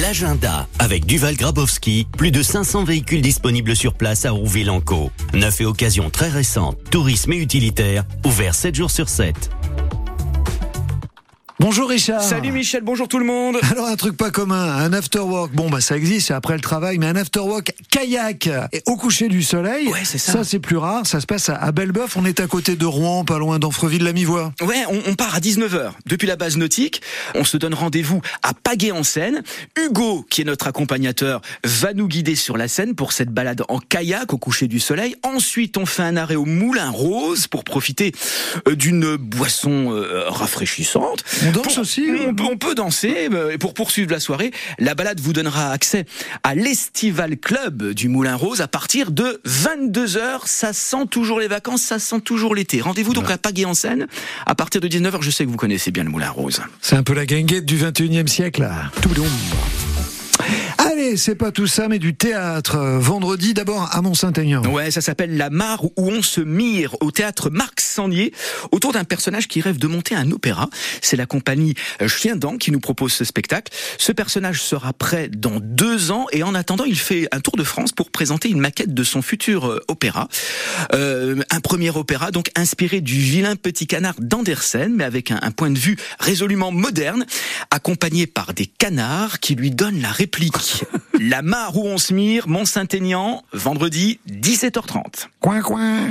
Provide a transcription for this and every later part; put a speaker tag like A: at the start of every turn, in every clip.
A: L'agenda avec Duval Grabowski, plus de 500 véhicules disponibles sur place à Rouville-en-Caux. Neuf et occasions très récentes, tourisme et utilitaire, ouvert 7 jours sur 7.
B: Bonjour Richard.
C: Salut Michel, bonjour tout le monde.
B: Alors un truc pas commun, un afterwork. Bon bah ça existe, c'est après le travail, mais un afterwork kayak et au coucher du soleil.
C: Ouais, c'est ça.
B: c'est plus rare. Ça se passe à- à Belleboeuf. On est à côté de Rouen, pas loin d'Anfreville la Mivoie.
C: Ouais, on, on part à 19h depuis la base nautique. On se donne rendez-vous à Pagay-en-Seine. Hugo, qui est notre accompagnateur, va nous guider sur la Seine pour cette balade en kayak au coucher du soleil. Ensuite, on fait un arrêt au Moulin Rose pour profiter euh, d'une boisson euh, rafraîchissante.
B: On danse
C: Pour-
B: aussi.
C: on, peut- on peut danser euh, et pour poursuivre la soirée, la balade vous donnera accès à l'Estival Club du Moulin Rose à partir de 22h. Ça sent toujours les vacances, ça sent toujours l'été. Rendez-vous donc à Pagay-en-Seine à partir de 19h. Je sais que vous connaissez bien le Moulin Rose.
B: C'est un peu la guinguette du 21e siècle. là. Touloum. Allez, c'est pas tout ça, mais du théâtre. euh, Vendredi d'abord à Mont-Saint-Aignan.
C: Ouais, ça s'appelle La Mare où on se mire au théâtre Marc Sandier autour d'un personnage qui rêve de monter un opéra. C'est la compagnie Chien d'An qui nous propose ce spectacle. Ce personnage sera prêt dans deux ans et en attendant, il fait un tour de France pour présenter une maquette de son futur euh, opéra. Euh, un premier opéra donc inspiré du vilain petit canard d'Andersen mais avec un, un point de vue résolument moderne accompagné par des canards qui lui donnent la réplique. la mare où on se mire, Mont-Saint-Aignan, vendredi 17h30.
B: Coin, coin.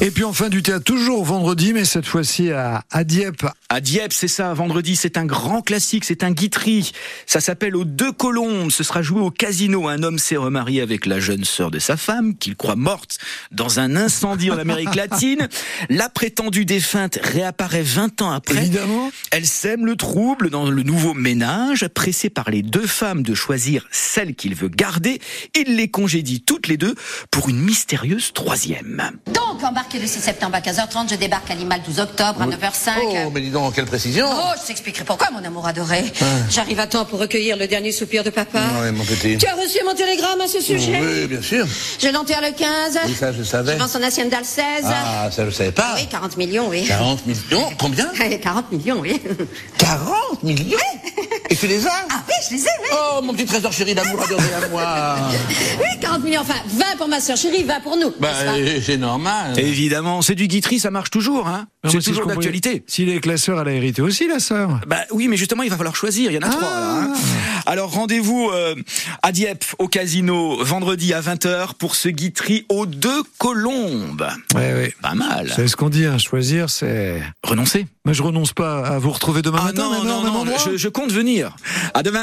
B: Et puis enfin du théâtre, toujours vendredi, mais cette fois-ci à, à Dieppe.
C: À Dieppe, c'est ça, vendredi, c'est un grand classique, c'est un guitry. Ça s'appelle Aux Deux Colombes, ce sera joué au casino. Un homme s'est remarié avec la jeune sœur de sa femme, qu'il croit morte dans un incendie en Amérique latine. La prétendue défunte réapparaît 20 ans après.
B: Évidemment.
C: Elle sème le trouble dans le nouveau ménage, pressé par les deux femmes de choisir celle qu'il veut garder, il les congédie toutes les deux pour une mystérieuse troisième.
D: Donc, embarqué le 6 septembre à 15h30, je débarque à Lima le 12 octobre à 9h05.
E: Oh, mais dis donc, quelle précision
D: Oh, je t'expliquerai pourquoi, mon amour adoré.
F: J'arrive à temps pour recueillir le dernier soupir de papa.
E: Ouais, mon petit.
F: Tu as reçu mon télégramme à ce sujet
E: Oui, bien sûr.
F: Je l'enterre le 15.
E: Oui, ça, je savais.
F: Je vends son hacienda le 16.
E: Ah, ça, je savais pas.
F: Oui, 40 millions, oui.
E: 40 millions Combien
F: Allez, 40 millions, oui.
E: 40 millions Et tu les as
F: Ah oui, je les ai, oui.
E: Oh, mon petit trésor chéri d'amour adoré à moi
F: Oui, 40 millions, enfin, 20 pour ma soeur chérie, 20 pour nous.
E: Bah,
F: n'est-ce pas
E: euh, c'est normal.
C: Évidemment, c'est du guitry, ça marche toujours, hein
B: Non,
C: C'est
B: mais si je
C: toujours
B: comprends-
C: d'actualité.
B: S'il est avec la sœur, elle a hérité aussi la sœur.
C: Bah oui, mais justement, il va falloir choisir. Il y en a trois. là, hein. Alors rendez-vous euh, à Dieppe, au casino, vendredi à 20h pour ce guitry aux deux colombes.
B: Ouais, ouais.
C: Pas mal.
B: C'est ce qu'on dit, hein, choisir, c'est.
C: Renoncer
B: Mais je renonce pas à vous retrouver demain
C: Ah
B: matin.
C: non,
B: même heure,
C: non,
B: même
C: non,
B: endroit.
C: je, je compte venir. À demain.